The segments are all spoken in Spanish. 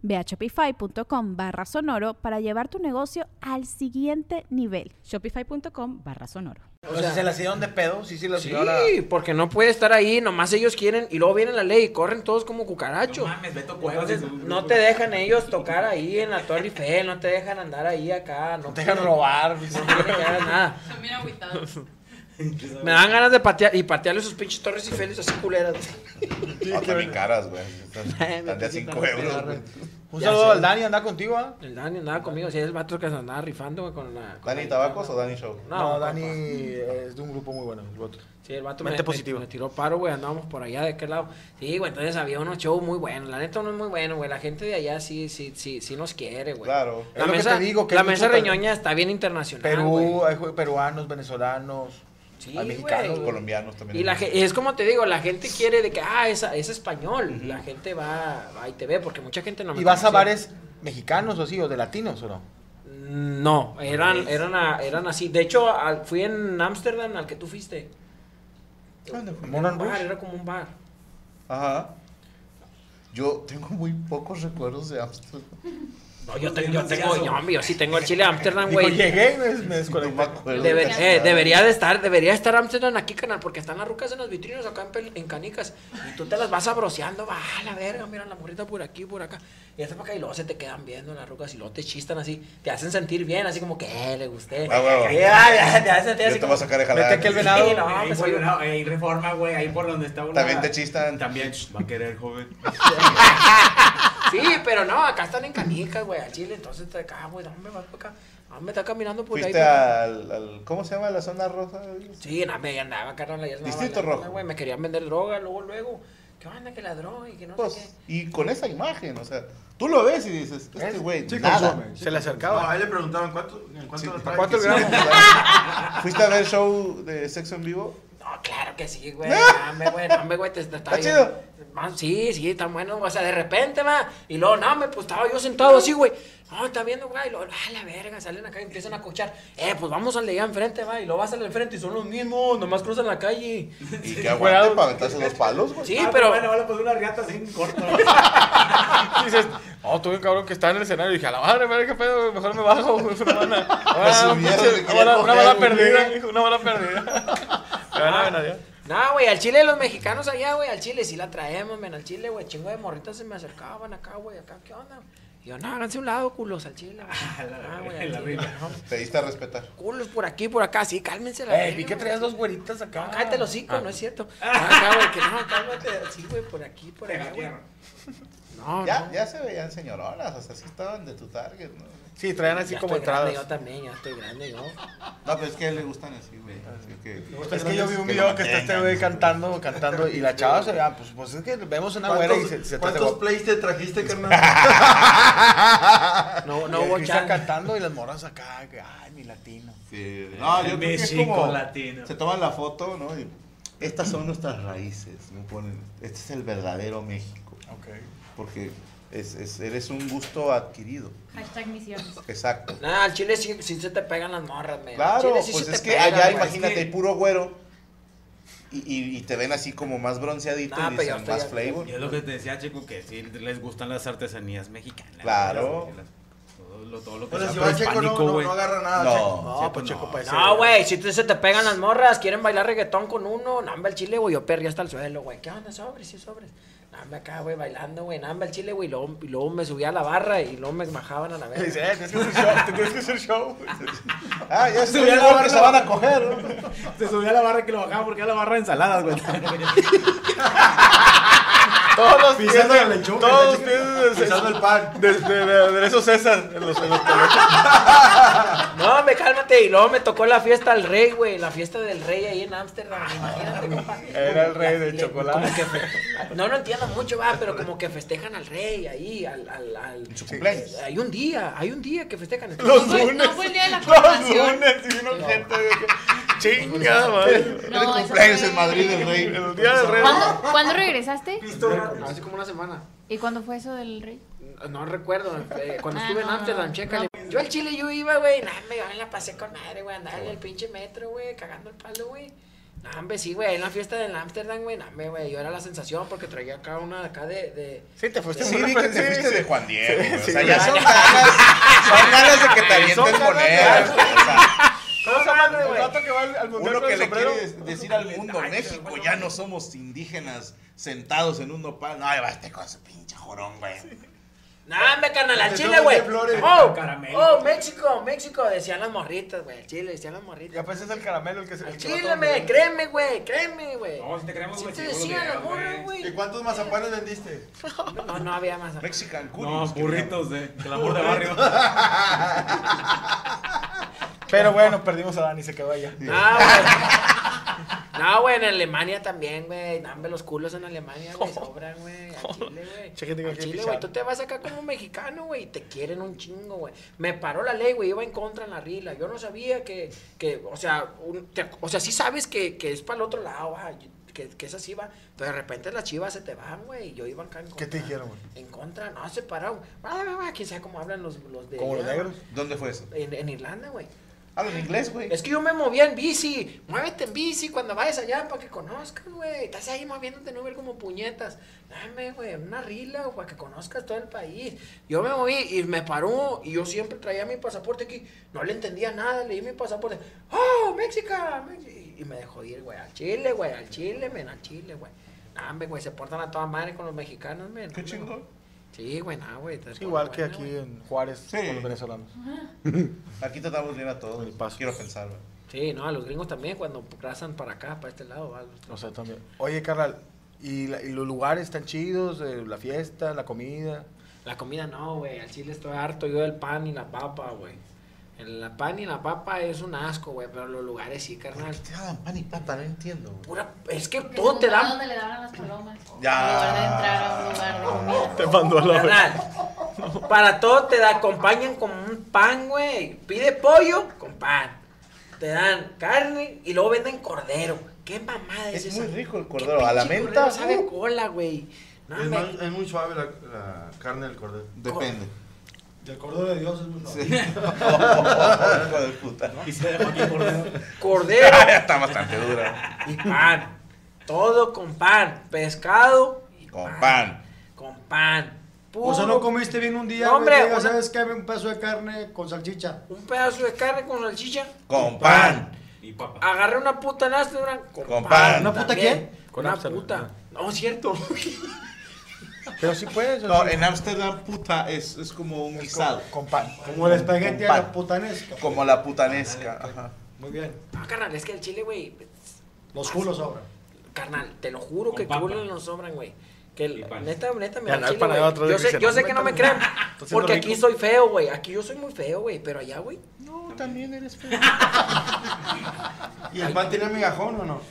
Ve a shopify.com barra sonoro para llevar tu negocio al siguiente nivel. Shopify.com barra sonoro. O sea, se la hicieron de pedo, sí, sí la Sí, hicieron. la- porque no puede estar ahí, nomás ellos quieren y luego viene la ley y corren todos como cucarachos. Entonces, no te dejan ellos tocar ahí en la Torre Eiffel, no te dejan andar ahí acá, no No te dejan robar. pues. no te dejan hacer nada. Me dan ganas de patear y patearle sus pinches Torres Eiffel así culeras. No, también caras, güey. Están, están de a 5 euros, güey. Un Ya saludo sé. al Dani, anda contigo, ¿ah? El Dani andaba conmigo, si es el vato que se andaba rifando güey, con la. con la ¿Dani guitarra. Tabacos o Dani Show? No, No, papá. Dani es de un grupo muy bueno. el vato. Sí, el vato me, Mente me- positiva. me tiró paro, güey, andábamos por allá, ¿de qué lado? Sí, güey, entonces había unos shows muy buenos, la neta uno es muy bueno, güey, la gente de allá sí, sí, sí, sí nos quiere, güey. Claro. Es La lo que mesa, te digo, que la es mesa mucho- reñoña está bien internacional, Perú, Ah, güey. hay jue- peruanos, venezolanos, Ah, Sí, hay güey. mexicanos. Los colombianos también. Y la ge- es como te digo, la gente quiere de que, ah, esa, es español, la gente va, va y te ve, porque mucha gente no me ¿Y vas a conocía. bares mexicanos o sí, o de latinos o no? No, eran, eran, a- eran así, de hecho, al- fui en Ámsterdam al que tú fuiste. ¿Dónde fue? Era Moulin un bar, Rouge. era como un bar. Ajá. Yo tengo muy pocos recuerdos de Amsterdam. No, yo, te- yo tengo, yo, hombre, yo sí tengo el chile de Ámsterdam, Digo, güey. llegué y me, me No me desconecté. acuerdo. Debe- casi eh, nada. debería de estar, debería estar Amsterdam aquí, canal, porque están las rucas en las vitrinas acá en, pel- en canicas. Y tú te las vas abroceando, va a la verga, mira la morrita por aquí, por acá. Y hasta para acá y luego se te quedan viendo las rucas y luego te chistan así, te hacen sentir bien, así como que eh, le gusté. Ah, huevo. Y, ah, ya, te hacen sentir Yo así te como- voy a sacar de Vete jalar. aquí al Sí, venado. no, ahí, pues, por, yo- no, ahí reforma, güey, ahí por donde está una... También te chistan. También sh, va a querer, joven. Sí, pero no, acá están en canicas, güey, al chile. Entonces te acá, güey, hombre, vas para acá. Hombre, está caminando por ahí. Fuiste al, al- ¿Cómo se llama la zona rosa? Sí, no, me andaba, carnal, ya andaba Distrito bailando, Rojo. güey, me querían vender droga, luego, luego. ¿Qué onda que la droga y que no sé qué? Pues, y con esa imagen, o sea, tú lo ves y dices, este güey, Sí, nada. consume. Se le No, acercaba. ahí le preguntaban cuánto, en cuánto lo trae. ¿Cuánto Que sí, gramos? ¿Fuiste a ver show de sexo en vivo? No, claro que sí, güey. No, hombre, güey, no, hombre, güey, te, te- está bien. chido? Man, sí, sí, está bueno. O sea, de repente, va. Y luego, no, me pues estaba yo sentado así, güey. No, está viendo, güey. Y luego, ah, la verga, salen acá y empiezan a cochar. Eh, pues vamos al de allá enfrente, va. Y lo vas al de enfrente y son los mismos. Nomás cruzan la calle. Y que aguante para aventarse los palos, güey. Sí, Ah, pero. Ah, Bueno, vale, pues una riata sin corto. Y dices, oh, tuve un cabrón que está en el escenario. Y dije, a la madre, madre, qué pedo, güey, mejor me bajo. güey, Una bala, Ah, subieron, pinche- me una querían bala- una coger, bala güey. perdida, hijo, una bala perdida. Me van a venadear. No, güey, al chile de los mexicanos allá, güey, al chile sí la traemos, men, al chile, güey, chingo de morritas se me acercaban acá, güey, acá, ¿qué onda? Y yo, no, háganse un lado, culos, al chile. güey. la- Ah, güey, al la chile, rima. no. Te diste a respetar. Culos por aquí, por acá, sí, cálmense la Eh, verga, vi que güey. traías dos güeritas acá. No, cállate los hocico, no es cierto. Ah, Acá, güey, que no, cálmate, sí, güey, por aquí, por allá, güey. No, Ya, no. ya se veían señoronas, o sea, sí estaban de tu target, ¿no? Sí, traían así Ya como estoy grande entradas. yo también, ya estoy grande yo. No, pero es que a él le gustan así, güey. Así que... Es que yo vi un lo video que está este mantengan. güey cantando, cantando, y la chava se vea, pues, pues es que vemos una güera y se, se te hace ¿Cuántos guapa. plays te trajiste, carnal? No, No, no hubo Cristian chance. cantando y las morras acá, que, ay, mi latino. Sí, no, yo creo que es México como... latino. Se toman la foto, ¿no? Y estas son nuestras raíces, me ponen. Este es el verdadero México. Ok. Porque es, es, eres un gusto adquirido. Hashtag misiones. Exacto. Nah, al chile sí, sí se te pegan las morras, men. Al Claro, chile sí pues se es te que pegan, allá güey. imagínate que- el puro güero y, y- y te ven así como más bronceadito Nah, y pero ya dicen estoy más ya- flavor. Y es lo que te decía, chico, que sí les gustan las artesanías mexicanas. Claro. güey, las- Todo lo, todo lo que O sea, sea si va Checo, prehispánico, no, no, güey. no agarra nada. No. Checo. Checo, pues Checo no. parece- No, güey, si te- se te pegan las morras, quieren bailar reggaetón con uno, no, hombre, al chile, güey, yo perrí hasta el suelo, güey. ¿Qué onda, sobres? Sí, sobres. Nada, acá, güey, bailando, güey, nada, el chile, güey, y luego, y luego me subía a la barra y luego me bajaban a la Y verga. dice, eh, tienes que hacer show, te tienes que hacer show. Ah, ya Se estoy hubiera viendo que agarrado. se van a coger. ¿no? Se subió a la barra que lo bajaba porque era la barra de ensaladas, güey. Todos los pies, Pisando la lechuga, todos los la pies de- Pisando el pan. De, de, de aderezo César en los, en los teléfonos. No, me cálmate. Y luego me tocó la fiesta del rey, güey. La fiesta del rey ahí en Ámsterdam. Imagínate, compa. Era el rey del Le- chocolate. como que fe- no lo entiendo mucho, va, pero como que festejan al rey ahí, al. al, al- En su cumpleaños. Hay un día, hay un día que festejan. Los fue- no lunes. fue el día de la Los formación. lunes, y vino gente de que. Chinga, madre. Era No, el eso cumpleaños fue- en Madrid del El Rey. día del rey. ¿Cuándo, cuándo regresaste? Hace como una semana. ¿Y cuándo fue eso del rey? No recuerdo, eh, cuando Ah, estuve en no, Ámsterdam, no. chécale. Yo al Chile yo iba, güey, nada, me, me la pasé con madre, güey, andaba en el pinche metro, güey, cagando el palo, güey. Nah, hombre, sí, güey, en la fiesta del Ámsterdam, güey, nah, me, güey, yo era la sensación porque traía acá una de acá de... de... Sí, te fuiste Sí, muy vi que sí, te fuiste sí. de Juan Diego. güey. O Sí, sea, sí, ya ya. son ganas. Son ganas de que te Son avientes ganas con de- él. güey. O sea, ¿Cómo se llama, El güey? rato que va al, al mundial Uno con que el le sombrero. quiere decir al mundo, México, ya no somos indígenas sentados en un nopal. No, ahí va este con su pinche jorón, güey. Nah, hombre, carnal, al Te Chile, tomas güey. de flores. Oh, Caramelo. oh, México, México, decían las morritas, güey, al Chile, decían las morritas. Ya pues es el caramelo el que se. Al el que va Chile, todo me, bien. créeme, güey, créeme, güey. No, si te creemos, Sí güey. te si decían no las lo morras, veas, güey. güey. cuántos mazapanes vendiste? No, no había más. Mexican No, Curios. burritos de clamor de barrio. Pero bueno, perdimos a Dani, se quedó allá. Ah, No, güey. Ah, No, güey, en Alemania también, güey. Dame los culos en Alemania, güey. Sobran, güey. A Chile, güey. Chéquete con A qué Chile, pisaron. güey. Tú te vas acá como mexicano, güey. Y te quieren un chingo, güey. Me paró la ley, güey. Iba en contra en la rila. Yo no sabía que, que o sea, un- te- o sea, sí sabes que, que es para el otro lado, va, Que, que es así, va. Pero de repente las chivas se te van, güey. Y yo iba acá en ¿Qué contra. te dijeron, güey? En contra, no, se pararon. Quién sabe cómo hablan los, los de. Como los allá, negros. ¿Dónde fue eso? En, en Irlanda, güey. Hablan inglés, güey. Es que yo me movía en bici. Muévete en bici cuando vayas allá para que conozcas, güey. Estás ahí moviéndote en Uber como puñetas. Dame, güey, una rila güey, para que conozcas todo el país. Yo me moví y me paró y yo siempre traía mi pasaporte aquí. No le entendía nada, leí mi pasaporte. ¡Oh, México! Y me dejó ir, güey, al Chile, güey, al Chile, men, al Chile, güey. Dame, güey, se portan a toda madre con los mexicanos, men. Qué chingón. Sí, güey, nada, güey. te Es igual ponen que buena, aquí güey. en Juárez Sí. con los venezolanos. Aquí tratamos bien a todos. El paso. Quiero pensar, güey. Sí, no, a los gringos también cuando pasan para acá, para este lado, va, los- O sea, también. Oye, carnal, ¿y, la- y los lugares están chidos? Eh, la fiesta, la comida. La comida no, güey. Al chile estoy harto yo del pan y la papa, güey. El la pan y la papa es un asco, güey. Pero los lugares sí, ¿Por carnal. qué te daban pan y papa? No entiendo, güey. Pura, es que todo te dan. donde le daban las palomas. Ya. En lugar de entrar a un lugar de comida. Te mandó Carnal, para todo te da, acompañan con un pan, güey. Pide pollo con pan. Te dan carne y luego venden cordero. Qué mamada es, Es esa? muy rico el ¿Qué cordero, a la pinche menta, cordero sabe a uh. cola, güey. No, Es, me- más- es muy suave la, la carne del cordero. Depende. Del cordero de Dios es muy suave. Sí. Oh, Hijo de puta. Y se dejó aquí por dentro. Cordero Está bastante dura. y pan. Todo con pan. Pescado y Con pan. Con pan. O sea, no Puro- comiste bien un día, No, güey, hombre, que digas, una- ¿sabes qué? Un pedazo de carne con salchicha. Un pedazo de carne con salchicha. Con pan. Y papa. Agarré una puta en Amsterdam. Con, Con pan. ¿Una puta también. qué? Con una Amsterdam. puta. No, es cierto. Pero sí puedes. o No, sea, en Ámsterdam, puta, es, es como un guisado. con pan. Como el espagueti Con a pan. la putanesca. Como la putanesca. Ajá. Muy bien. No, Ah, carnal, es que el chile, güey. Los culos sobran. Carnal, te lo juro Con que papa. culos nos sobran, güey. Que el- Y pan. neta, neta, me Ya, da no, chile, el panadero güey. otra vez Yo sé, dice, yo no, sé que no me crean. siendo Porque aquí rico. soy feo, güey. Aquí yo soy muy feo, güey. Pero allá, güey. No, también eres feo. ¿Y el pan tiene migajón o no? No,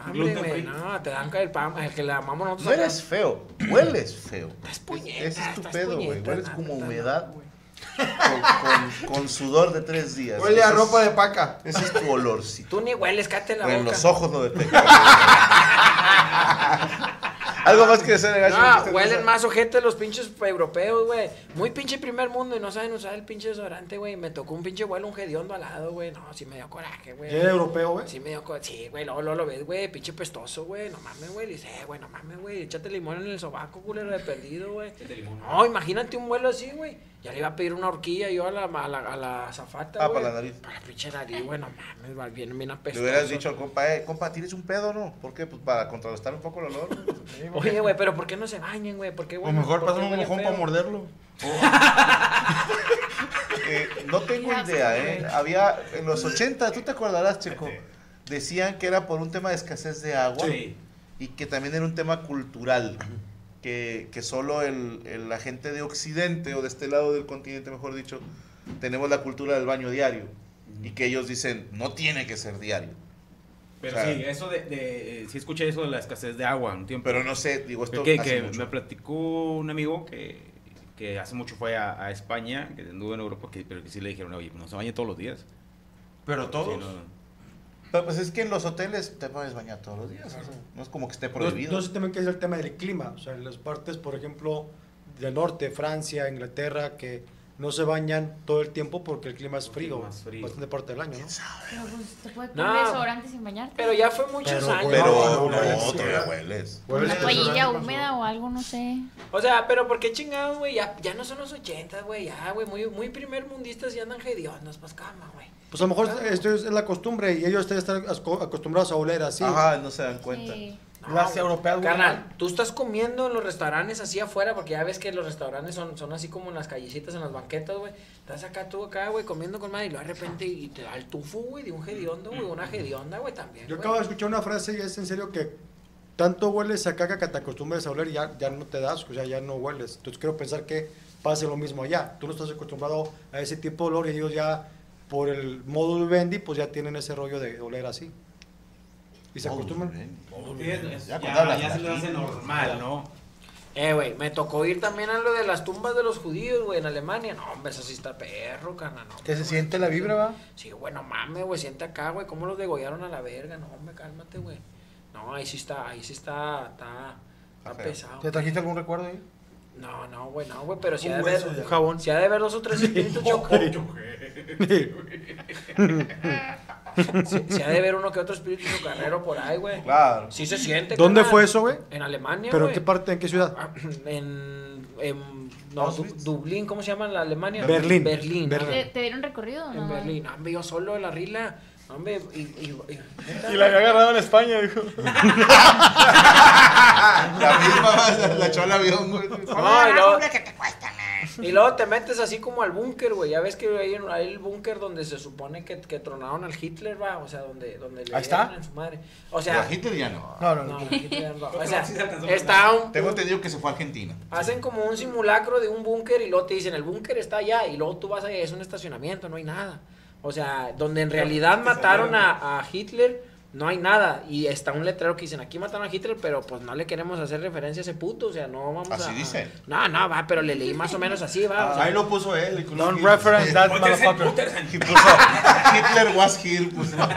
hombre, Gluten güey. free. No, te dan el pan. El que le amamos nosotros. No acá. eres feo, hueles feo. Estás puñeta, Ese es tu estás pedo, güey. puñeta, Hueles la como neta, humedad con, con- con sudor de tres días. Huele a Ese es- ropa de paca. Ese es tu olorcito. Tú ni hueles, cállate la Pero en boca. los ojos lo detectas. Algo más que decir de Gacho. No, huelen más ojete los pinches europeos, güey. Muy pinche primer mundo y no saben usar el pinche desodorante, güey. Me tocó un pinche vuelo, un hediondo al lado, güey. No, sí me dio coraje, güey. ¿Era europeo, güey? Sí me dio coraje. Sí, güey, luego, luego lo ves, güey. Pinche pestoso, güey. No mames, güey. Le dice, eh, güey, no mames, güey. Échate limón en el sobaco, culero de perdido, güey. Échate limón. No, imagínate un vuelo así, güey. Ya le iba a pedir una horquilla yo a la, a la, a la azafata, Ah, güey. para la nariz. Para la pinche nariz, güey. No mames, va bien, bien Le apestoso. hubieras dicho al compa, eh, compa, ¿tienes un pedo no? ¿Por qué? Pues para contrarrestar un poco el olor. Sí, Oye, güey, pero ¿por qué no se bañen, güey? ¿Por qué, O güey? mejor ¿Por qué pasan un huelen mojón feo? para morderlo. Oh. Eh, no tengo idea, ¿eh? Había en los 80, tú te acordarás, Checo, decían que era por un tema de escasez de agua Sí. y que también era un tema cultural, que, que solo el, el- la gente de Occidente o de este lado del continente, mejor dicho, tenemos la cultura del baño diario y que ellos dicen, no tiene que ser diario. Pero O sea- sí, eso de, de, eh, Sí escuché eso de la escasez de agua un tiempo. Pero no sé, digo esto... que, hace que mucho. me platicó un amigo que, que hace mucho fue a, a España, que anduvo en Europa, que, pero que sí le dijeron, oye, pues, no se bañe todos los días. Pero Sí, no, todos. Pero pues es que en los hoteles te puedes bañar todos los días, o sea, no es como que esté No, prohibido. no sé también qué es el tema del clima. O sea, en las partes, por ejemplo, del norte, Francia, Inglaterra, que no se bañan todo el tiempo porque el clima es El frío. clima es frío. Bastante parte del año, ¿no? Pero pues te puede No. poner desodorante sin bañarte. Pero ya fue muchos Pero, años. güey, Pero No, no, no, no, todavía sí. hueles. Hueles Una a toallilla desodorante, húmeda o algo, no sé. O sea, pero ¿por qué chingados, güey? Ya, ya no son los 80, güey. Ya, güey, muy, muy primer mundistas y andan hediondos, pues cama, güey. Pues a lo mejor esto es la costumbre y ellos están- están asco- acostumbrados a oler así. Ajá, no se dan cuenta. Sí. No, Las güey. europeas, güey. Carnal, tú estás comiendo en los restaurantes así afuera, porque ya ves que los restaurantes son, son así como en las callecitas, en las banquetas, güey. Estás acá, tú acá, güey, comiendo con madre y luego de repente y te da el tufo, güey, de un hediondo, güey, una hedionda, güey, también. Yo güey. acabo de escuchar una frase y es en serio que tanto hueles a caca que te acostumbras a oler y ya, ya no te das, o sea, ya no hueles. Entonces quiero pensar que pase lo mismo allá. Tú no estás acostumbrado a ese tipo de olor y ellos ya, por el modus vendi, pues ya tienen ese rollo de oler así. Y se acostumbran. Ya Ya, con tablas, ya se les hace normal, ¿no? Eh, güey, me tocó ir también a lo de las tumbas de los judíos, güey, en Alemania. No, hombre, eso sí está perro, carnal. no, Que se güey. siente la vibra, va. Sí, güey, no mames, güey, siente acá, güey, cómo los degollaron a la verga. No, hombre, cálmate, güey. No, ahí sí está, ahí sí está, está, está Está feo. pesado. ¿Te trajiste algún recuerdo ahí? No, no, güey, no, güey, pero si Un ha de hueso haber. de jabón. Si ha de haber dos o tres espíritus chocados. Si, ha de haber uno que otro espíritu chocarrero por ahí, güey. Claro. Sí se siente. ¿Dónde carnal. fue eso, güey? En Alemania, ¿Pero en güey. qué parte, en qué ciudad? En. en no, Du- Auschwitz. Dublín, ¿cómo se llama en la Alemania? Berlín. Berlín. Berlín. ah, ¿Te, te dieron recorrido o no? En Berlín. No, Hombre, yo solo en la rila. no, Hombre, y. y- y- neta, Y la había agarrado en España, dijo. La misma la echó al avión, güey. No, y luego, y luego te metes así como al búnker, güey. Ya ves que hay, un- hay el búnker donde se supone que, que tronaron al Hitler, va. O sea, donde, donde le Ahí está. dieron en su madre. O sea, A Hitler ya no. No, no, no, no. al Hitler no. O sea, Sí se alcanzó a está un. Tengo entendido que se fue a Argentina. Hacen como un simulacro de un búnker y luego te dicen, el búnker está allá. Y luego tú vas allá, es un estacionamiento, no hay nada. O sea, donde en realidad mataron a, a Hitler, no hay nada. Y está un letrero que dicen, aquí mataron a Hitler, pero pues no le queremos hacer referencia a ese puto. O sea, no vamos a... Así dice. No, no, va, pero le leí más o menos así, va. o sea, Ahí lo puso él. y con Don't los- reference that motherfucker. Y puso, Hitler was here. pues, puso.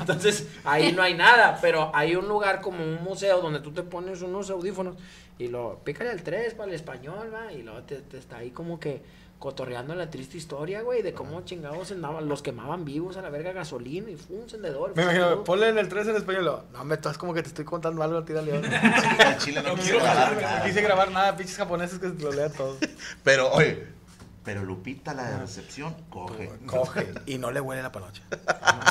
Entonces, ahí no hay nada, pero hay un lugar como un museo donde tú te pones unos audífonos y lo pícale al 3 para el español, va, y luego te, te está ahí como que cotorreando la triste historia, güey, de cómo chingados andaban, los quemaban vivos a la verga gasolina y fue un encendedor. Me fum, imagino, fum. ponle en el 3 en español. y luego, No, me estás como que te estoy contando algo, tírale otra. En Chile no quiero grabar No nada. quise grabar nada, pinches japoneses que lo lean todo. Pero, oye, pero Lupita, la de recepción, coge. Coge y no le huele la panocha.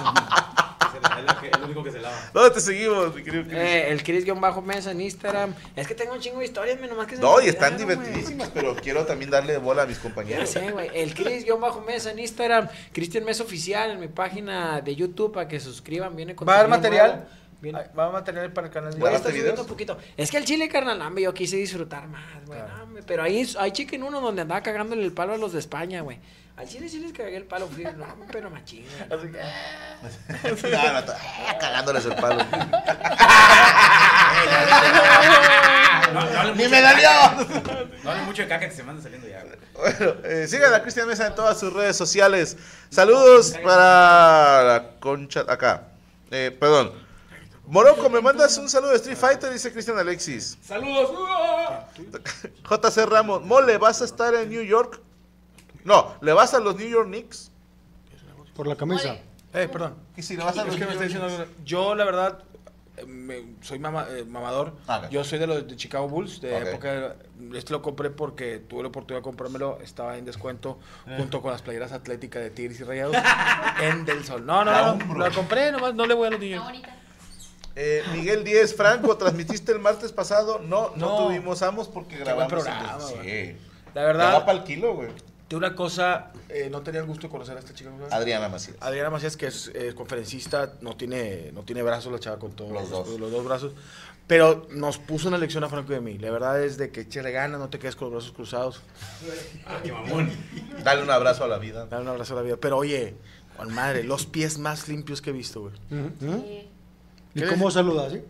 Se la- es la que- es lo único que se lava. ¿Dónde te seguimos, mi querido Chris? Eh, el Chris-Mesa en Instagram. Es que tengo un chingo de historias, men, nomás que se me No, y están olvidaron, güey. divertidísimas, pero quiero también darle bola a mis Ya compañeros. sé, güey. El Cris-Mesa en Instagram. Cristian Mesa Oficial en mi página de YouTube para que suscriban. Viene ¿Va a haber contenido material? nuevo. Viene- Ay, ¿Va a haber material para el canal? de Voy a ¿Grabaste estar videos? subiendo un poquito. Es que el chile, carnal, hombre, yo quise disfrutar más, güey. no, hombre, Pero ahí, ahí chequen uno donde andaba cagándole el palo a los de España, güey. Al chile sí les cagué el palo, fui, no, hombre, pero machín, güey. Así que, No, no, to- ah, cagándoles el palo. No, no hablen ¡Ni mucho me de caca. dolió! No hablen mucho de caca que se manda saliendo ya. güey. Bueno, eh, sigan a Cristian Mesa en todas sus redes sociales. Saludos para la concha acá. Eh, perdón. Morocco, me mandas un saludo de Street Fighter, dice Cristian Alexis. ¡Saludos! ¡Ah! JC Ramos, mole, ¿vas a estar en New York? No, ¿le vas a los New York Knicks? Por la camisa. Ole. eh, perdón. ¿Y si le vas a Es los que me New está York diciendo Knicks? algo. Yo, la verdad, eh, me- soy mama- eh, mamador. Ah, ok. Yo soy de los de Chicago Bulls. De Ok. época, este lo compré porque tuve la oportunidad de comprármelo. Estaba en descuento Eh. junto con las playeras atléticas de Tigres y Rayados en Del Sol. No, no, La no, no. hombro. Lo compré, nomás no le voy a los Está niños. bonita. Eh, Miguel Díez, Franco, ¿transmitiste el martes pasado? No, no, No. tuvimos amos porque Qué grabamos. buen el de- programa, güey. sí. La Graba verdad, pa'l kilo, güey. de una cosa, eh, no tenía el gusto de conocer a esta chica. ¿no? Adriana Macías. Adriana Macías, que es eh, conferencista, no tiene, no tiene brazos la chava con todos Los dos. los brazos. Pero nos puso una lección a Franco y a mí. La verdad es de que échale ganas, no te quedes con los brazos cruzados. Dale un abrazo a la vida. Dale un abrazo a la vida. Pero oye, Juan madre, los pies más limpios que he visto, güey. Ujú. Sí. ¿Y cómo saludas? sí?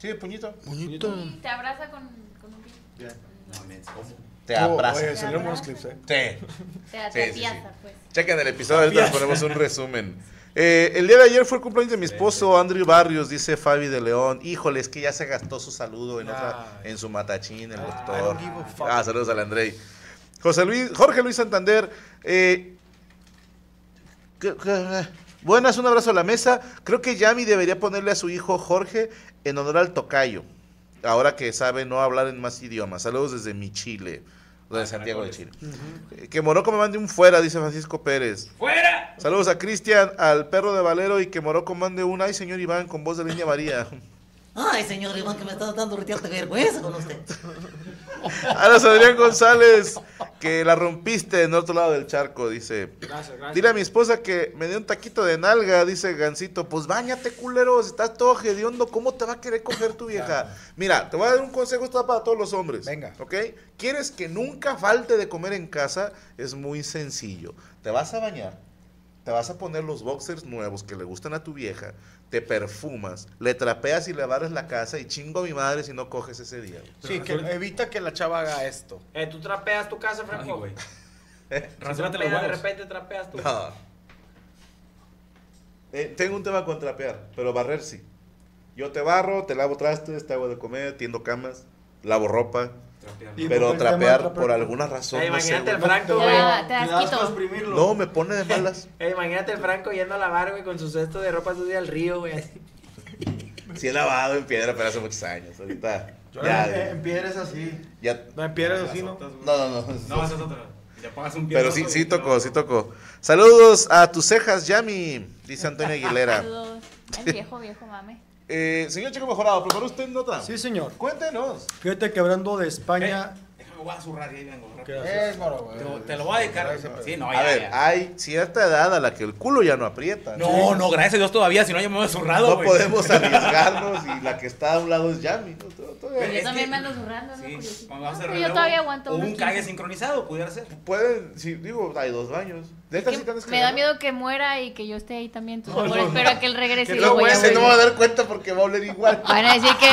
Sí, puñito. Bonito. Y te abraza con, con un pie. Te Oh, Oh, abrazo. Oye, sí. salieron buenos clips, eh. Te, Sí, te sí, sí. apiaza, pues. Chequen el episodio, ahorita les ponemos un resumen. Eh, el día de ayer fue el cumpleaños de mi esposo, Andrew Barrios, dice Fabi de León. Híjole, es que ya se gastó su saludo en, otra, en su matachín, el doctor. Ah, saludos al Andrei. José Luis, Jorge Luis Santander. eh, que- que- buenas, un abrazo a la mesa. Creo que Yami debería ponerle a su hijo Jorge en honor al tocayo. Ahora que sabe no hablar en más idiomas. Saludos desde mi Chile, desde Santiago de Chile. Eh, Que Morocco me mande un fuera, dice Francisco Pérez. ¡Fuera! Saludos a Cristian, al perro de Valero y que Morocco mande un ay, señor Iván, con voz de la India María. Ay, señor Iván, que me está dando retirarte vergüenza con usted. Alas Adrián González, que la rompiste en otro lado del charco, dice. Gracias, gracias. Dile a mi esposa que me dé un taquito de nalga, dice Gancito. Pues bañate, culero, si estás todo hediondo, ¿cómo te va a querer coger tu vieja? Mira, te voy a dar un consejo, está para todos los hombres. Venga. ¿Ok? ¿Quieres que nunca falte de comer en casa? Es muy sencillo. Te vas a bañar, te vas a poner los boxers nuevos que le gustan a tu vieja, te perfumas, le trapeas y le barres la casa y chingo a mi madre si no coges ese día. Sí, que evita que la chava haga esto. Eh, tú trapeas tu casa, Franco. Ay, güey. Rasúrate los Trapeas, huevos. De repente trapeas tú. No. Ah. Eh, tengo un tema con trapear, pero barrer sí. Yo te barro, te lavo trastes, te hago de comer, tiendo camas, lavo ropa, Trapear. Y- pero por el tema trapear de trapear- por alguna razón. Eh, no, sé, imagínate el güey. Franco, Ya, güey. te das quito. exprimirlo. No, me pone de malas. Eh, imagínate el Franco yendo a lavar, güey, con su cesto de ropa sucia al río, güey. así. Sí he lavado en piedra, pero hace muchos años. Ahorita. Yo Ya, Eh, en, en piedra es así. ya- No, en piedras así, ¿no? No, no, no. No, esa es otra. Le pagas un Pero piedrazo sí, y- sí tocó, sí tocó. Saludos a tus cejas, Yami, dice Antonio Aguilera. Saludos. El viejo, viejo mame. Eh, señor Chico Mejorado, ¿preparó usted nota? Sí, señor. Cuéntenos. Fíjate que hablando de España. Eh, Déjame, voy a zurrar y ahí vengo. rápido. ¿qué haces? Es moro, güey. Te, te lo voy a dedicar. Sí, no, ya, A ver, ah, ya. hay cierta edad a la que el culo ya no aprieta. No, no, gracias a Dios todavía, si no ya me voy zurrado, No güey. podemos arriesgarnos y la que está a un lado es Yami. ¿no? Todo- todo- Yo Es también que- me ando zurrando, ¿no? Sí, Curiosito. cuando vas a No, pero cerrar Yo todavía aguanto. O unos un cague 15. sincronizado, pudiera ser. Pueden, sí, digo, hay dos baños. De Que estas sí te han me da descargado. miedo que muera y que yo esté ahí también. entonces, Oh, por- espero a que él regrese y No, lo voy güey, a ese ver. no va a dar cuenta porque va a oler igual. Van a decir que,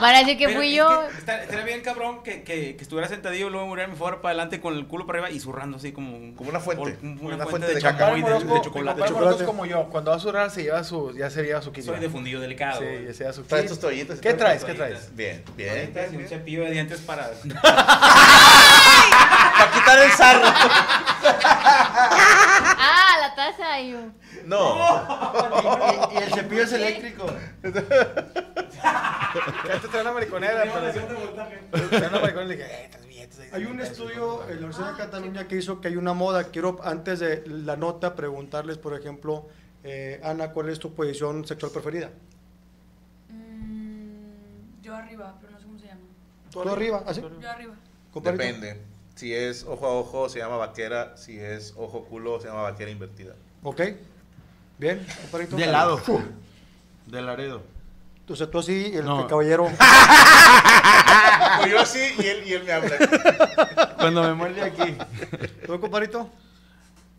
van a decir que Pero fui es yo. que está- Estaría bien cabrón que, que, que estuviera sentadillo y luego muriera mi fuera para adelante con el culo para arriba y zurrando así como... un- Como una fuente. como una, Una fuente, fuente de de, cacao. chamoy, Mi de, compadre de Morocco- mi chocolate. compadre Morocco chocolate. es como yo. Cuando va a zurrar, se lleva su, ya se lleva su quince. Soy de fundido delicado. Sí, güey. ya se lleva su Trae kit. tus toallitas. ¿Qué trae traes? tus ¿Qué toallitas. traes? Bien, bien. Toallitas y un cepillo de dientes para... Para quitar el sarro. Ah, la taza. Y yo. No. Y el cepillo es eléctrico. Ya te trae una mariconera. pero- Trae una mariconera y le dije, eh, estás billetes. ahí". Hay un estudio en la Ah, Universidad de Cataluña que hizo que hay una moda. Quiero, antes de la nota, preguntarles, por ejemplo, eh, Ana, ¿cuál es tu posición sexual preferida? Mm, Yo arriba, pero no sé cómo se llama. ¿Tú arriba? ¿Así? Yo arriba. compadrito? Depende. Si es ojo a ojo, se llama vaquera. Si es ojo culo, se llama vaquera invertida. ¿Ok? Bien, compadrito. De lado. De Laredo. O sea, tú así, el No. caballero. yo así y él, y él me habla. Cuando me muerde aquí. ¿Tú, compadrito?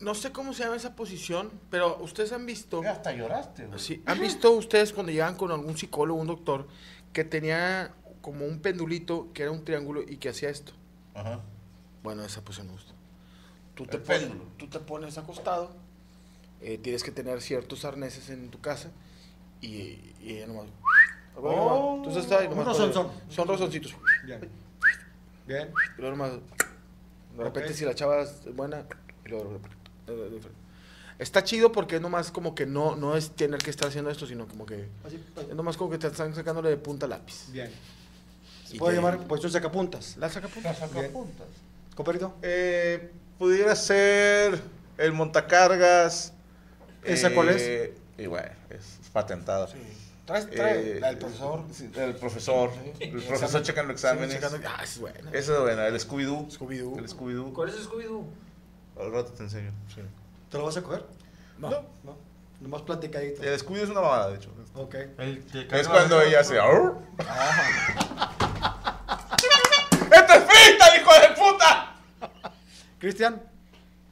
No sé cómo se llama esa posición, pero ustedes han visto, Eh, Hasta lloraste, güey. sí, han visto ustedes cuando llegan con algún psicólogo, un doctor, que tenía como un pendulito que era un triángulo y que hacía esto. Ajá. Bueno, esa posición me gusta. Tú te, El pones- péndulo. tú te pones acostado, eh, tienes que tener ciertos arneses en tu casa y, y ella nomás... Oh. Entonces está ahí nomás Un rozonzón. pone- Son rozoncitos. Bien. Bien. Y luego nomás. De repente, Ok. si la chava es buena. y luego- Está chido porque es nomás como que no, no es tener que estar haciendo esto, sino como que. Así, Es nomás como que te están sacándole de punta lápiz. bien. Se Y puede te- llamar posición sacapuntas. La saca punta. Bien. Compadrito. Eh, pudiera ser el montacargas. Eh, ¿Esa cuál es? Y bueno, es patentada. Traes, trae, Eh, eh, la del profesor. sí, el profesor. El profesor checando exámenes. Checando- Ah, es buena. Esa es buena. El Scooby-Doo. Scooby-Doo. El Scooby-Doo. ¿Cuál es Scooby-Doo? Al rato te enseño. ¿Te lo vas a coger? No. No. Nomás platicadito. El Scooby-Doo es una mamada, de hecho. Ok. Es cuando ella hace. "Arr". Ah. ¡Este ¡Esta es finta, hijo de puta! Cristian.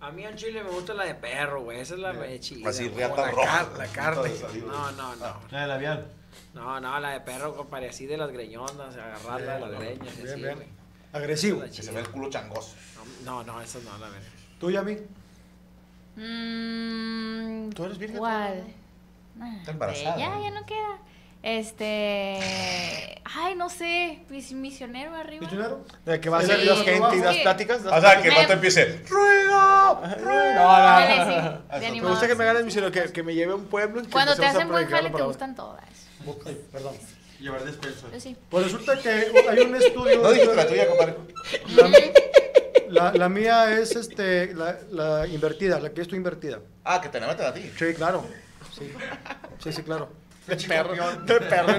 A mí al chile me gusta la de perro, güey. Esa es la de chile. Así, güey. riata la roja. car- la carne. Todo salido. No, no, no. La de labial. No, no, la de perro, compadre. Así de las greñondas, agarrarla de las greñas. y Bien, así, bien. güey. Agresivo. Que se ve el culo changoso. No, no, esa no, la verga. ¿Tú, Yami? ¿Tú eres virgen? Mm, ¿Cuál? Ah, Está embarazada, Ya, ¿no? ya no queda. Este. Ay, no sé. mis- Misionero arriba. ¿Misionero? De que va a Sí. ser Dios gente y das Sí. pláticas. das O sea, que el pláticas. vato empiece. ¡Ruido! ¡Ruido! No, Ándale, sí, no, de no. Me animados, gusta que me hagan el misionero, que, que me lleve a un pueblo. y que Cuando te empecemos a hacen buen predicar la jale, te palabra. gustan todas. Perdón. Llevar despensa. Yo sí. Pues resulta que hay un estudio. No dijiste la tuya, compadre. La, la mía es este, la, la invertida, la que estoy invertida. Ah, que te la meten a ti. Sí, claro. Sí, sí, sí, claro. De perro. De perro.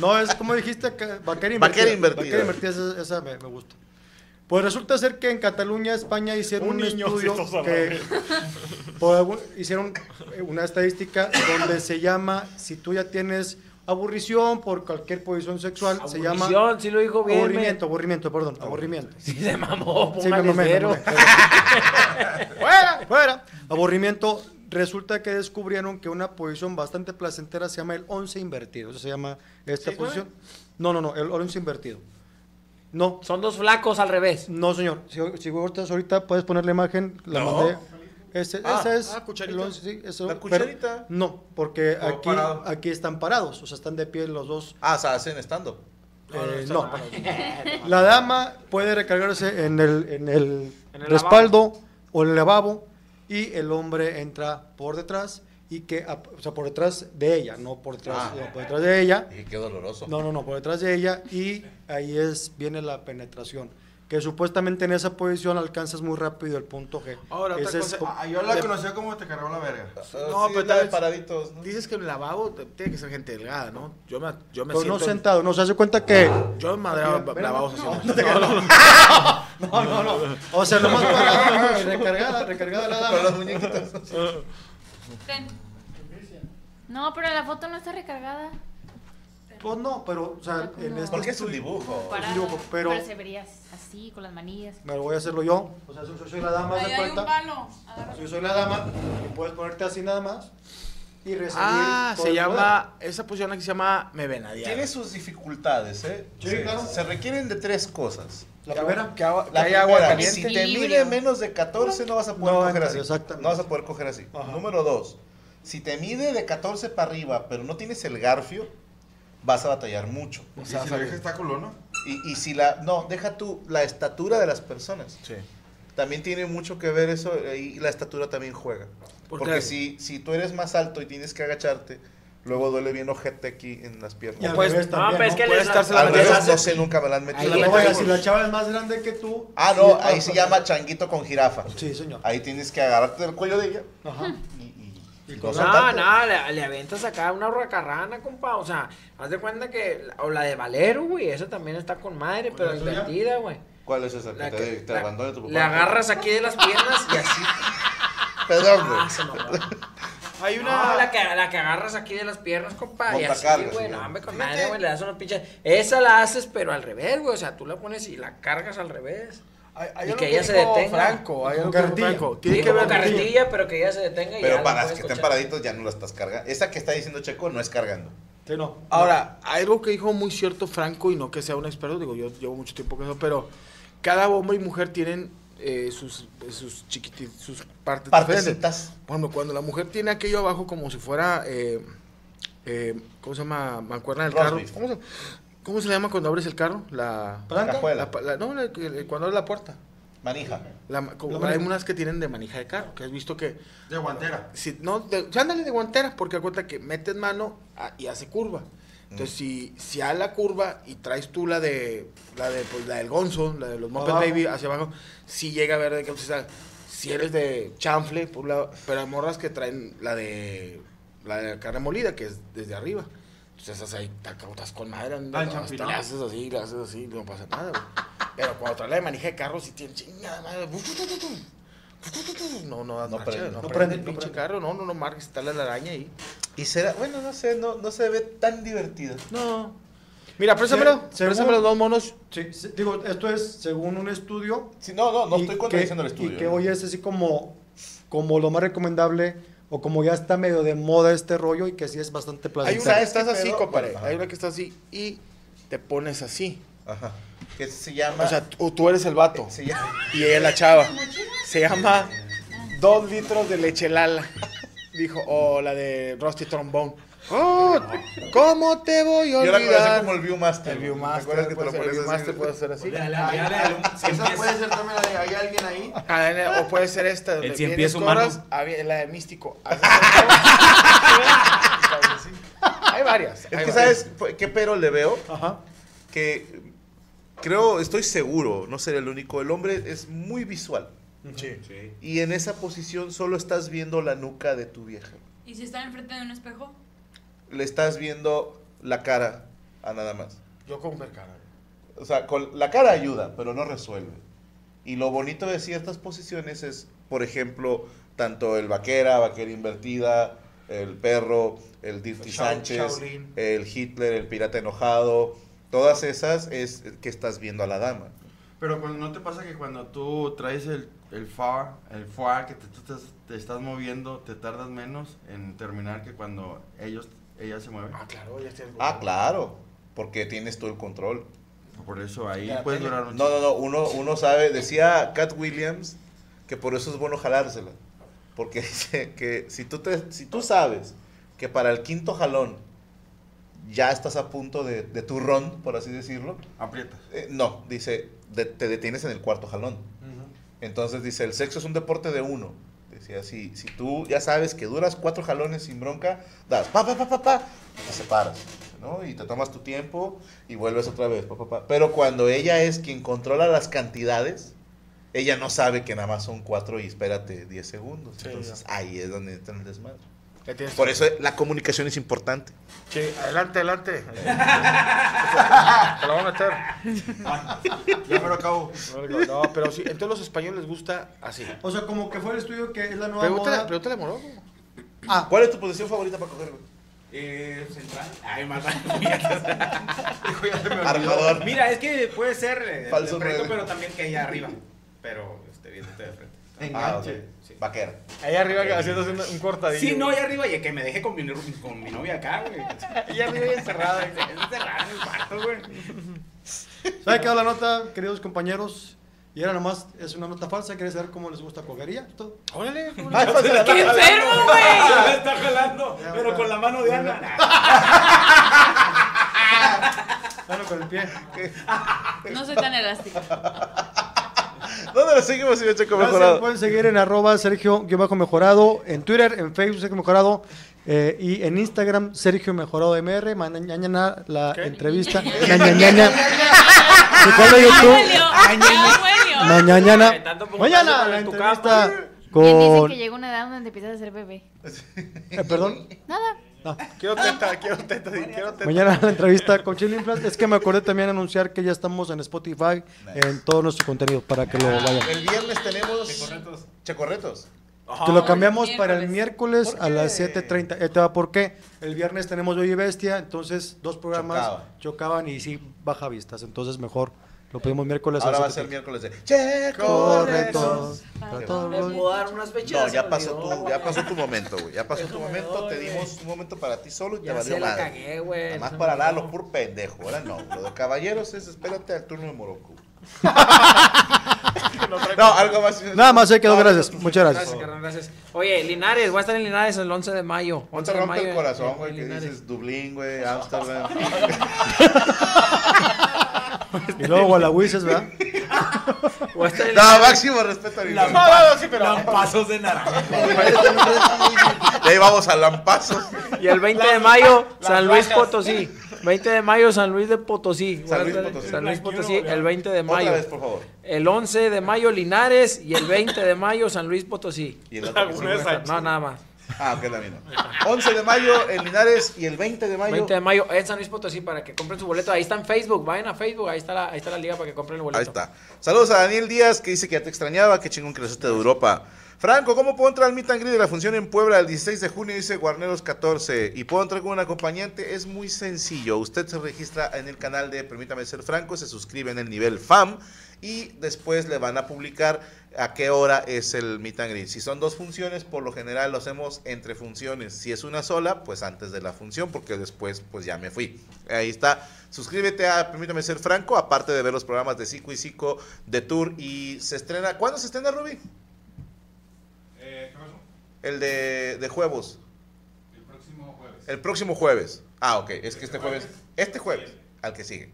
No, es como dijiste, que- vaquera invertida. Vaquera invertida. Vaquera invertida, esa, esa me, me gusta. Pues resulta ser que en Cataluña, España hicieron un, Un niño estudio exitoso a la que vez. por algún- hicieron eh, una estadística donde se llama si tú ya tienes aburrición por cualquier posición sexual, se llama Aburrición, sí lo dijo bien, aburrimiento, aburrimiento, perdón, aburrimiento. Sí se mamó, me póngale mamé, me cero. mamé. fuera, fuera. Aburrimiento. Resulta que descubrieron que una posición bastante placentera se llama el 11 invertido. Eso se llama esta ¿Sí, posición. No, no, no, el 11 invertido. No. Son dos flacos al revés. No, señor. Si, si gustas, ahorita puedes poner la imagen. La No. mandé. Ese- Ah, esa es. ah, cucharita. el once, sí, eso, La pero- cucharita. no, porque O aquí, parado. aquí están parados. O sea, están de pie los dos. Ah, o sea, hacen estando. Eh, No, no. no, está mal. La dama puede recargarse en el, en el En el respaldo o en el lavabo y el hombre entra por detrás y que, ap- o sea, por detrás de ella, no por detrás, Ah. no, por detrás de ella. Y qué doloroso. No, no, no, por detrás de ella y ahí es viene la penetración. Que supuestamente en esa posición alcanzas muy rápido el punto G. Ahora, otra Ese es cosa. co- Ah, yo la de- conocía como te cargó la verga. Ah, sí, la de paraditos. Dices que en el lavabo te- tiene que ser gente delgada, ¿no? Yo me, yo me pero no siento. sentado, no se hace cuenta que. Yo me madraba Ven, ven, lavabos no, así. no te creas. No, no, no. O sea, nomás para. Recargada, recargada la dama. Con las muñequitas. Ten. No, pero la foto no está recargada. Pues no, pero, o sea, en este Porque es un estudio- dibujo. Es Parada. un dibujo, pero se verías así, con las manillas. me lo voy a hacerlo yo. O sea, yo soy la dama, haz de cuenta. palo. Yo soy la dama y puedes ponerte así nada más y recibir. Ah, todo se el llama. Esa posición aquí se llama me venadear. Tiene sus dificultades, ¿eh? Sí, se, claro. se requieren de tres cosas. La primera, que agua- La Ah, que haya agua primera, caliente. Si te mide Equilibrio. menos de 14, no vas a poder No, coger entras, así. exactamente. No vas a poder coger así. Número dos, si te mide de 14 para arriba, pero no tienes el garfio, vas a batallar mucho. O sea, Y si la si- vieja está culona. y, y si la. No, deja tú la estatura de las personas. Sí. También tiene mucho que ver eso eh, y la estatura también juega. ¿Por Porque qué? si, si tú eres más alto y tienes que agacharte, luego duele bien ojete aquí en las piernas. Y al Pues, revés también, no, pero es ¿no? que Puede les- estarse al la revés metiendo, hace- no sé, nunca me la han cuerpo. metido. Y luego, oiga, si la chava es más grande que tú. Ah, sí, no, es ahí más se fácil. llama changuito con jirafa. Sí, señor. Ahí tienes que agarrarte del cuello de ella. Ajá. Y No, no no, le, le avientas acá una hurracarrana, compa. O sea, haz de cuenta que. la- O la de Valero, güey. Esa también está con madre, pero la suya? invertida, güey. ¿Cuál es esa? La Que que- te, te la- abandona tu papá. Le agarras aquí de las piernas y así. ah, Perdón, güey. Ah, Ah, Hay una. la, que, la que agarras aquí de las piernas, compa. Y así, Montacargas, güey. se No, llama. hombre, con madre, güey. Le das una pinche. Esa la haces, pero al revés, güey. O sea, tú la pones y la cargas al revés. hay y algo que que ella se dijo detenga. Franco, hay algo que dijo Franco. Tiene Sí, que como ver- carretilla, pero que ella se detenga y ya Pero la para las puedes que estén cochar. paraditos ya no la estás cargando. Esa que está diciendo Checo no es cargando. Sí, no. Ahora, algo que dijo muy cierto Franco, y no que sea un experto, digo, yo llevo mucho tiempo con eso, pero cada hombre y mujer tienen eh, sus, sus chiquiti- sus partes Partecitas. Bueno, cuando la mujer tiene aquello abajo como si fuera, eh, eh, ¿cómo se llama? Mancuerna del carro. Rosby. ¿Cómo se, cómo se le llama cuando abres el carro? La... ¿Palanca? La pa- la- no, la- el- cuando abres la puerta. Manija. La ma- como- La hay manija. unas que tienen de manija de carro, que has visto que... De guantera. Si, no, de, sí, ándale de guantera, porque acuérdate que metes mano ah, a- y hace curva. Entonces, Mm. si, si a la curva y traes tú la de la de pues, la del Gonzo, la de los Muppet Abajo. Baby hacia abajo, si llega a ver pues, de qué se Si eres de chanfle, por un lado, pero hay morras que traen la de la de carne molida, que es desde arriba. Entonces esas ahí te estás con madre, andas, Al champiñón. le haces así, le haces así, no pasa nada, güey. Pero cuando trae la de manija de carro, sí tiene chingada madre. bu, tu, tu, tu, tu, bu, tu, tu, tu. No, no, no, prende, no, no prende prende, el no pinche prende. carro, no, no, no marques, está la araña ahí. Y será, bueno, no sé, no, no se ve tan divertido. No. Mira, préstamelo, Se- según- préstamelo los dos monos. Sí, sí, digo, esto es según un estudio. no, no, no y estoy que- contradiciendo el Y estudio, que ¿eh? ¿no? hoy es así como, como lo más recomendable o como ya está medio de moda este rollo y que sí es bastante Hay placentero. una que estás así, compadre. Bueno, ajá. Hay una que está así y te pones así. Ajá. Que se llama. O sea, tú, tú eres el vato. llama- Y ella es la chava. Se llama Dos litros de leche lala. Dijo, o la de Rusty Trombone. Oh, ¿cómo te voy a Yo la conocía olvidar? como el Viewmaster. El Viewmaster. ¿Te acuerdas que te lo puede ser- pones el Viewmaster así? puede ser así. Hay- hay- Esa puede ser también la de hay alguien ahí. Ah, eh, O puede ser esta. donde El cien vienes pies humano. cobras, había- la de Místico. Haces esto. Hay varias. Es hay que, varias. ¿sabes qué pero le veo? Que creo, estoy seguro, no seré el único. El hombre es muy visual. Sí. Y en esa posición solo estás viendo la nuca de tu vieja. ¿Y si están enfrente de un espejo? Le estás viendo la cara a nada más. Yo con ver cara. O sea, con la cara ayuda, pero no resuelve. Y lo bonito de ciertas posiciones es, por ejemplo, tanto el vaquera, vaquera invertida, el perro, el Dirty Shao- Sánchez, Shaolin. el Hitler, el pirata enojado, todas esas es que estás viendo a la dama. Pero cuando no te pasa que cuando tú traes el, el far, el foie, que te, tú te, te estás moviendo, te tardas menos en terminar que cuando ellos, eh, ella se mueve. Ah, claro, ya estoy Ah, claro, porque tienes tú el control. Por eso ahí Ya, puedes tele. durar No, un no, no, uno, uno sabe, decía Cat Williams que por eso es bueno jalársela. Porque dice que si tú, te, si tú sabes que para el quinto jalón ya estás a punto de, de tu ron, por así decirlo, aprietas. eh, no, dice, de- te detienes en el cuarto jalón. Entonces dice, el sexo es un deporte de uno. Decía, si, si tú ya sabes que duras cuatro jalones sin bronca, das pa, pa, pa, pa, pa, y te separas, ¿no? Y te tomas tu tiempo y vuelves otra vez, pa, pa, pa. Pero cuando ella es quien controla las cantidades, ella no sabe que nada más son cuatro y espérate 10 segundos. Sí, Entonces ahí es donde entra el desmadre. Ya tienes- Por eso la comunicación es importante. Sí, adelante, adelante. Te la voy a meter. Ya me lo acabo. No, pero sí, entonces los españoles les gusta así. O sea, como que fue el estudio que es la nueva Pregúntale, moda. pregúntale a Moroco. Ah. ¿Cuál es tu posición favorita para coger? Eh, central. Ay, más Dijo, ya se me olvidó. Armador. Mira, es que puede ser eh, de Falso frente, nueve. pero también que haya arriba. Pero este, viéndote de frente. Ah, ok. Vaquera. Ahí arriba haciendo un cortadillo. Sí, no, allá arriba, y que me deje con mi, con mi novia acá, güey. Allá arriba y encerrada, dice, es encerrada en el cuarto, güey. ¿Sabe qué va la nota, queridos compañeros? Y era nomás, es una nota falsa, ¿quieres saber cómo les gusta cogería? Todo. Órale. ¡Qué enfermo, Se la está jalando, pero con la mano de Ana. Claro, con el pie. No soy tan elástica. ¿Dónde lo seguimos, señor Checo Gracias, Mejorado? pueden seguir en arroba Sergio-Mejorado, en Twitter, en Facebook Sergio Mejorado eh, y en Instagram Sergio Mejorado MR. Mañana la entrevista. Ñaña, ñaña. Se cuelga YouTube. Mañana. Mañana la entrevista Bien dicen con... que llega una edad donde empiezas a ser bebé. eh, perdón. Nada. Quiero teta, quiero teta, sí, quiero teta. Mañana la entrevista con Chile Inflas. Es que me acordé también anunciar que ya estamos en Spotify, en todo nuestro contenido, para que lo vayan. El viernes tenemos. Checorretos. Checorretos. Que lo cambiamos para el miércoles a las 7.30. Ahí te va, ¿Por qué? El viernes tenemos Yo y Bestia, entonces dos programas Chocaba. chocaban y sí baja vistas. Entonces mejor lo pedimos miércoles Ahora va a 7:30. ser miércoles de Checorretos. Correctos. Para todos los- puedo dar unas fechas? No, ya Se pasó me tu, olvidó. ya pasó tu momento, güey. Ya pasó Eso tu me momento, doy, te güey. dimos un momento para ti solo y te Ya valió sé, la madre. cagué, güey. Nada más Eso para me nada, dolió. los pur pendejo. Ahora no, lo de caballeros es espérate al turno de Morocco. no, algo más. Nada más, se quedó. Gracias. Muchas gracias. Gracias, carnal, gracias. Oye, Linares, voy a estar en Linares el 11 de mayo. No 11 te de rompe mayo el en- corazón, en güey, que eh, Linares. dices Dublín, güey, Ámsterdam. Y luego Gualahuises, ¿verdad? Voy a estar en No, Linares. máximo respeto a mi Lam- No, no, no, sí, pero. Lampazos de naranja. Y ahí vamos a lampazos. Y el 20 de mayo, las San Luis vacas. Potosí. 20 de mayo, San Luis de Potosí. Voy San a Luis estar- Potosí. San Luis Potosí, el 20 de Otra mayo. vez, por favor. El 11 de mayo, Linares. Y el 20 de mayo, San Luis Potosí. Y el otro que sí, No, nada más. Ah, ok, la misma. 11 de mayo en Linares y el 20 de mayo. 20 de mayo en San Luis Potosí para que compren su boleto. Ahí está en Facebook. Vayan a Facebook. Ahí está la, ahí está la liga para que compren el boleto. Ahí está. Saludos a Daniel Díaz que dice que ya te extrañaba, que chingón que le de Europa. Franco, ¿cómo puedo entrar al meet and greet de la función en Puebla el 16 de junio? Dice Guarneros 14. ¿Y puedo entrar con un acompañante? Es muy sencillo. Usted se registra en el canal de Permítame Ser Franco, se suscribe en el nivel FAM y después le van a publicar a qué hora es el meet and greet. Si son dos funciones, por lo general lo hacemos entre funciones. Si es una sola, pues antes de la función, porque después pues ya me fui. Ahí está. Suscríbete a Permítame Ser Franco, aparte de ver los programas de Cico y Cico, de Tour y se estrena. ¿Cuándo se estrena, Ruby? Eh, El de, de juegos. El próximo jueves. Ah, ok. Es que este jueves. Este jueves. Al que sigue.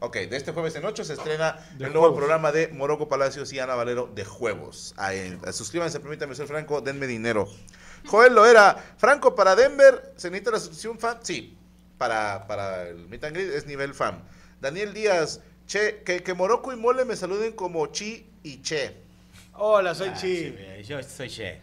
Ok, de este jueves en 8 se estrena De el nuevo juegos. programa de Moroco Palacios y Ana Valero de Juegos. Ahí, eh, suscríbanse, permítanme ser Franco, denme dinero. Joel Loera, Franco para Denver, ¿se necesita la suscripción fan? Sí, para, para el Meet and Greet es nivel fan. Daniel Díaz, che, que, que Moroco y Mole me saluden como Chi y Che. Hola, Ah, soy Chi. Yo soy Che.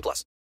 plus.